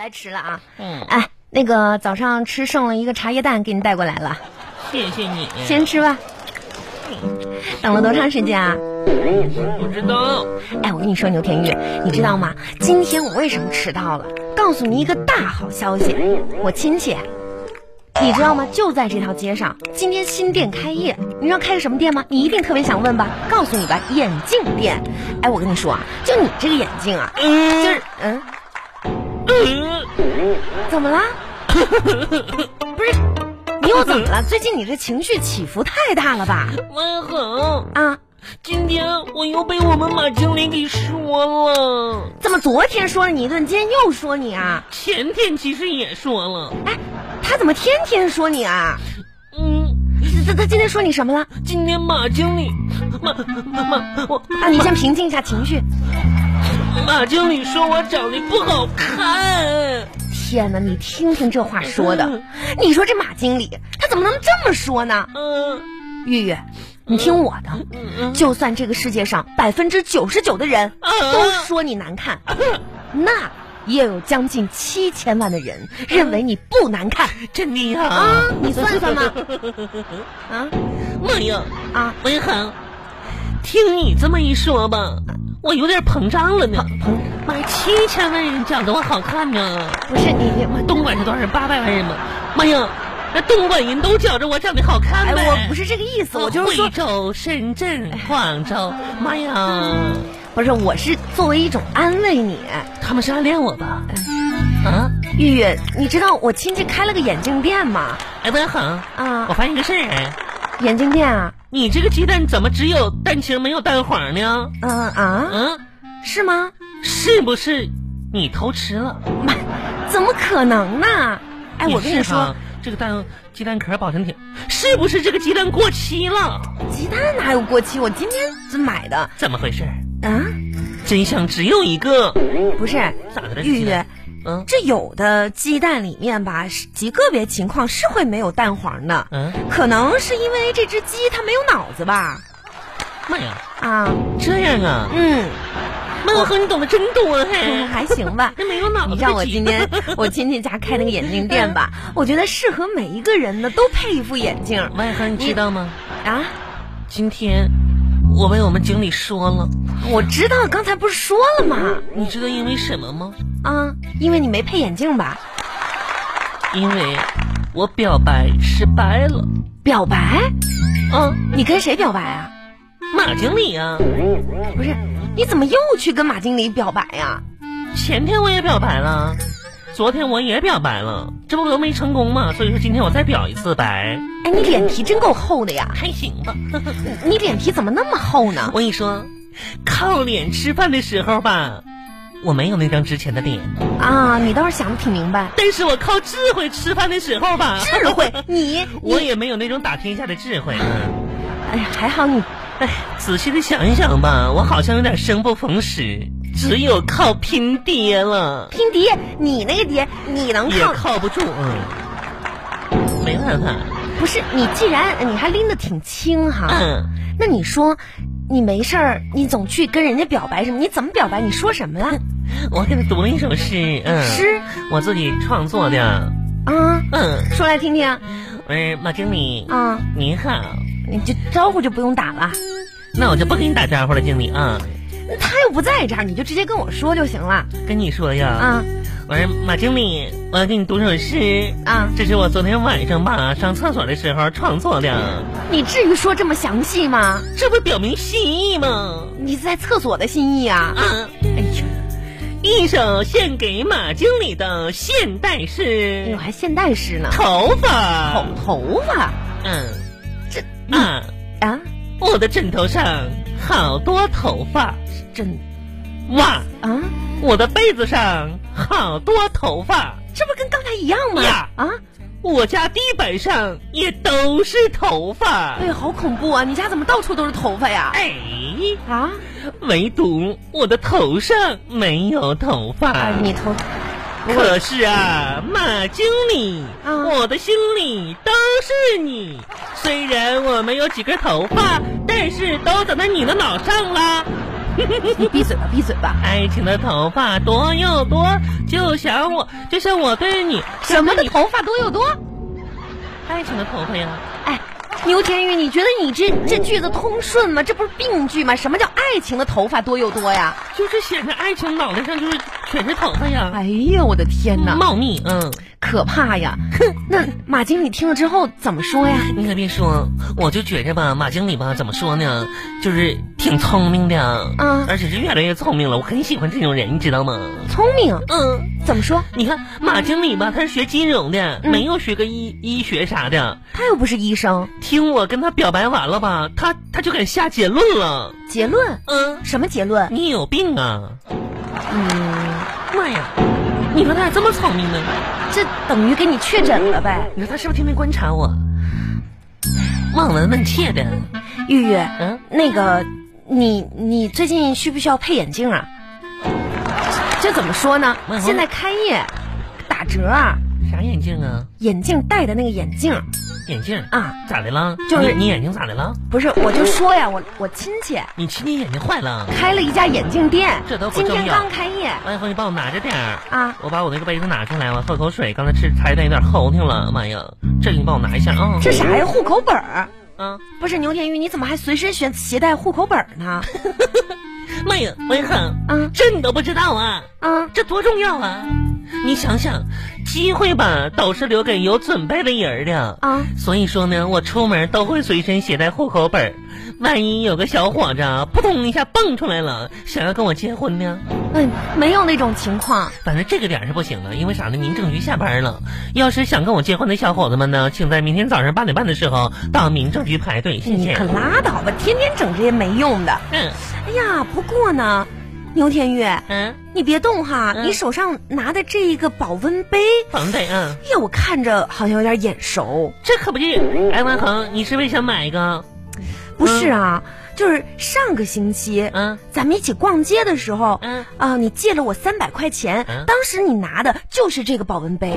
啊吃了啊。嗯，哎，那个早上吃剩了一个茶叶蛋，给你带过来了，谢谢你。先吃吧。等了多长时间啊？不知道，哎，我跟你说，牛田玉，你知道吗？今天我为什么迟到了？告诉你一个大好消息，我亲戚，你知道吗？就在这条街上，今天新店开业。你知道开个什么店吗？你一定特别想问吧？告诉你吧，眼镜店。哎，我跟你说啊，就你这个眼镜啊，就是嗯，呃怎么啦？不是，你又怎么了？最近你这情绪起伏太大了吧？万恒，啊，今天我又被我们马经理给说了，怎么昨天说了你一顿，今天又说你啊？前天其实也说了，哎，他怎么天天说你啊？嗯，他他今天说你什么了？今天马经理，马马马，我啊，你先平静一下情绪。马经理说我长得不好看，天哪，你听听这话说的，你说这马经理他怎么能这么说呢？嗯玉玉，你听我的，嗯嗯，就算这个世界上百分之九十九的人啊都说你难 看，那也有将近七千万的人认为你不难看真的呀，啊！你算算 吧，啊妈呀，啊，文恒，听你这么一说吧，我有点啊膨胀了呢。妈，七千万人长多好看呢！不是你你我东莞是多少人？八百万人吗？妈呀，那东莞人都觉着我长得好看哎，呗。我不是这个意哦思，我就是说惠。州、深圳、广州，妈 呀，不是，我是作为一种安慰你。他们是暗恋我吧？哎啊，玉玉，你知道我亲戚开了个眼镜店吗？哎，文恒，啊我发现个事儿，哎眼镜店啊，你这个鸡蛋怎么只有蛋清没有蛋黄呢？嗯啊，嗯，是吗？是不是你偷吃了？妈，怎么可能呢？哎，我跟你嗯是说哈，，这个蛋鸡蛋壳保存挺，是不是这个鸡蛋过期了？鸡蛋哪有过期？我今天这买的怎么回事？啊，真相只有一个，不是咋的了？玉鸡玉。蛋嗯这有的鸡蛋里面吧，是极个别情况是会没有蛋黄的，嗯，可能是因为这只鸡它没有脑子吧？妈呀，啊，这样啊？嗯，曼哥，你懂得真多嘿，还行吧。 啊那没有脑子。你像我今 天我亲戚家开那个眼镜店吧，我觉得适合每一个人的都配一副眼镜曼哥，你知道吗？啊！今天我被我们经理说了，我知道刚才不是说了吗？你知道因为什么吗？啊，因为你没配眼镜吧？因为我表白失败了。表白？啊，你跟谁表白啊？马经理啊，不是，你怎么又去跟马经理表白呀、前天我也表白了，昨天我也表白了，这不都没成功吗？所以说今天我再表一次白，哎，你脸皮真够厚的呀！还行吧。 你你脸皮怎么那么厚呢？我跟你说，靠脸吃饭的时候吧，我没有那张值钱的脸，啊，你倒是想的挺明白，但是我靠智慧吃饭的时候吧，智慧，你我你，也没有那种打天下的智慧。嗯哎呀，还好你哎，仔细的想一想吧，我好像有点生不逢时，只有靠拼爹了，拼爹，你那个爹，你能也靠靠不住，嗯，没办法，不是你，既然你还拎得挺轻哈，嗯。那你说你没事儿，你总去跟人家表白什么？你怎么表白？你说什么了？我给他读了一首诗，嗯，诗我自己创作的，啊，嗯，说来听听喂，马经理，啊，你好，你就招呼就不用打了，那我就不跟你打招呼了，经理啊，他又不在这儿，你就直接跟我说就行了跟你说呀，啊我说马经理，我要给你读首诗，啊！这是我昨天晚上吧上厕所的时候创作的，你至于说这么详细吗？这不表明心意吗？你在厕所的心意啊？啊，哎呀，一首献给马经理的现代哎呦，诗，还现代诗呢，头发，头头发嗯，这啊，啊，我的枕头上好多头发，真哇。啊，我的被子上好多头发，这不是跟刚才一样吗呀？啊，我家地板上也都是头发哎。呀，好恐怖啊！你家怎么到处都是头发呀？哎，啊，唯独我的头上没有头哎发。你头可是啊，马经理，啊我的心里都是你。虽然我没有几根头发，但是都长在你的脑上啦。 你闭嘴吧，闭嘴吧！爱情的头发多又多，就像我，就像我对你，什么的头发多又多？爱情的头发呀。哎，牛田玉，你觉得你这这句子通顺吗？这不是病句吗？什么叫爱情的头发多又多呀？就是显得爱情脑袋上就是全是头发呀，哎呀，我的天哪，茂密。嗯，可怕呀！哼，那马经理听了之后怎么说呀？你可别说，我就觉着吧，马经理吧，怎么说呢，就是挺聪明的，嗯而且是越来越聪明了。我很喜欢这种人，你知道吗？聪明，嗯，怎么说？你看马经理吧，他是学金融的，嗯没有学个医医学啥的。他又不是医生。听我跟他表白完了吧，他他就敢下结论了。结论？嗯，什么结论？你有病啊！嗯，妈呀，你说他咋这么聪明呢？这等于给你确诊了呗。你说他是不是天天观察我？望闻问切的，玉玉，嗯，那个，你你最近需不需要配眼镜啊？这怎么说呢？嗯现在开业打折啊，啥眼镜啊？眼镜戴的那个眼镜眼镜啊，咋的了？就是你你眼睛咋的了？不是，我就说呀，我我亲戚你亲你眼睛坏了？开了一家眼镜店，这都不今重要天刚开业王一恒，你帮我拿着点儿。啊。我把我那个杯子拿出来，我喝口水。刚才吃茶叶蛋有点齁挺了，妈呀！这个你帮我拿一下啊。这啥呀？户口本儿？啊，不是牛田玉，你怎么还随身携携带户口本儿呢？妈呀，王一恒， 啊这你都不知道啊？啊，这多重要啊！你想想，机会吧，都是留给有准备的人儿的啊所以说呢，我出门都会随身携带户口本儿，万一有个小伙子啊扑通一下蹦出来了，想要跟我结婚呢，嗯，没有那种情况。反正这个点儿是不行的，因为啥呢？民政局下班了。要是想跟我结婚的小伙子们呢，请在明天早上八点半的时候到民政局排队，谢你谢嗯可。拉倒吧，天天整这些没用的。嗯哎呀，不过呢，牛田玉，嗯，你别动哈，嗯你手上拿的这一个保温杯，宝贝嗯，哎呀，我看着好像有点眼熟。这可不是。哎，文恒，你是不是想买一个？不是啊，就是上个星期嗯咱们一起逛街的时候，嗯，啊，你借了我三百块钱，嗯当时你拿的就是这个保温杯。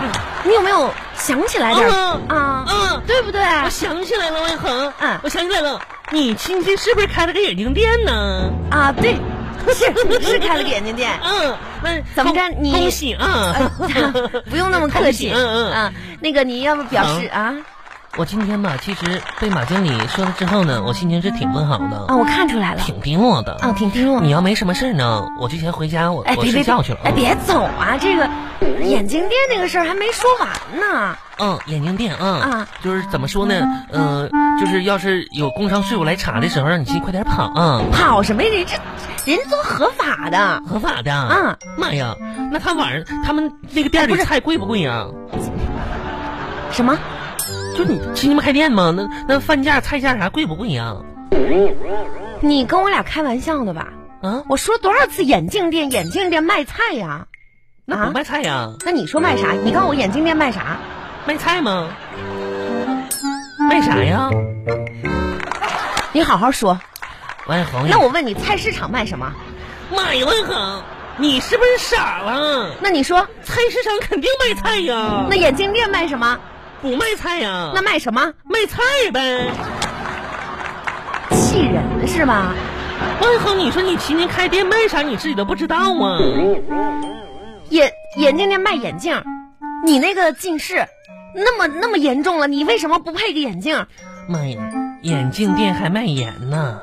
嗯你有没有想起来点儿嗯啊？嗯。对不对？我想起来了，魏恒，嗯我想起来了，你亲戚是不是开了个眼镜店呢？啊，对，是是开了个眼镜店。嗯，那怎么着恭你恭喜 啊！哎不用那么客气，恭喜 嗯嗯啊，那个你要不表示啊 我今天吧，其实被马经理说了之后呢，我心情是挺不好的，啊，我看出来了，挺低落的。啊，挺低落你。要没什么事儿呢，我之前回家我哎，我别睡别觉去了。嗯哎，别走啊！这个眼镜店那个事儿还没说完呢。嗯，眼镜店啊啊，嗯就是怎么说呢？呃，就是要是有工商税务来查的时候，让你去快点跑啊，跑什么呀？人这人都合法的，合法的。啊，哎妈呀，那他晚上他们那个店里不是菜贵不贵呀？什么？就你亲戚们开店吗？那那饭价、菜价啥贵不贵呀、你跟我俩开玩笑呢吧？啊？我说多少次眼镜店，眼镜店卖菜呀？啊那不卖菜呀、那你说卖啥？你告诉我眼镜店卖啥？卖菜吗？卖啥呀？你好好说。王小红，那我问你，菜市场卖什么？妈呀，王小红，你是不是傻了？那你说，菜市场肯定卖菜呀，那眼镜店卖什么？不卖菜呀？那卖什么？卖菜呗。气人是吧？王小红，你说你秦年开店卖啥，你自己都不知道啊？眼眼镜店卖眼镜儿，你那个近视那么那么严重了，你为什么不配个眼镜儿？妈呀，眼镜店还卖盐呢。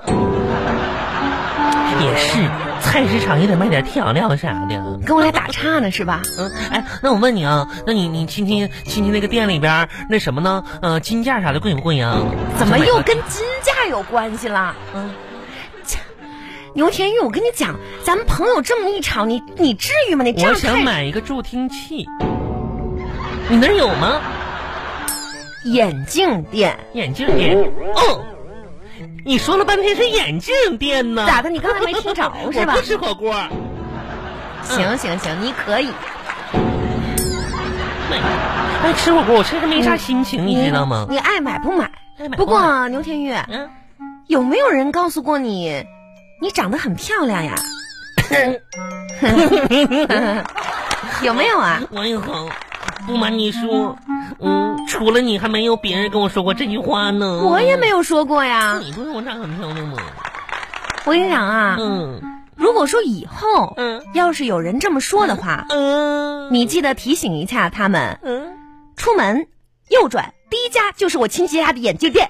也是，菜市场也得卖点调料啥的。跟我俩打岔呢是吧？嗯，哎，那我问你啊，那你你亲戚亲戚那个店里边儿那什么呢？呃，金价啥的贵不贵呀、怎么又跟金价有关系了？嗯牛田玉，我跟你讲，咱们朋友这么一吵，你你至于吗？你这我样想太买一个助听器，你那儿有吗？眼镜店眼镜店。哦，你说了半天是眼镜店 呢？咋的？你刚才没听着 是吧我不？吃火锅。嗯行行行，你可以。哎，哎吃火锅我确实没啥心嗯情，你知道吗？你爱买不买？哎买不不过牛田玉，嗯，有没有人告诉过你，你长得很漂亮呀？ 有没有啊？王一恒，不瞒你说，嗯，除了你还没有别人跟我说过这句话呢。我也没有说过呀。你不是我长得很漂亮吗？我跟你讲啊，嗯如果说以后嗯要是有人这么说的话，嗯，你记得提醒一下他们，嗯，出门右转第一家就是我亲戚家的眼镜店。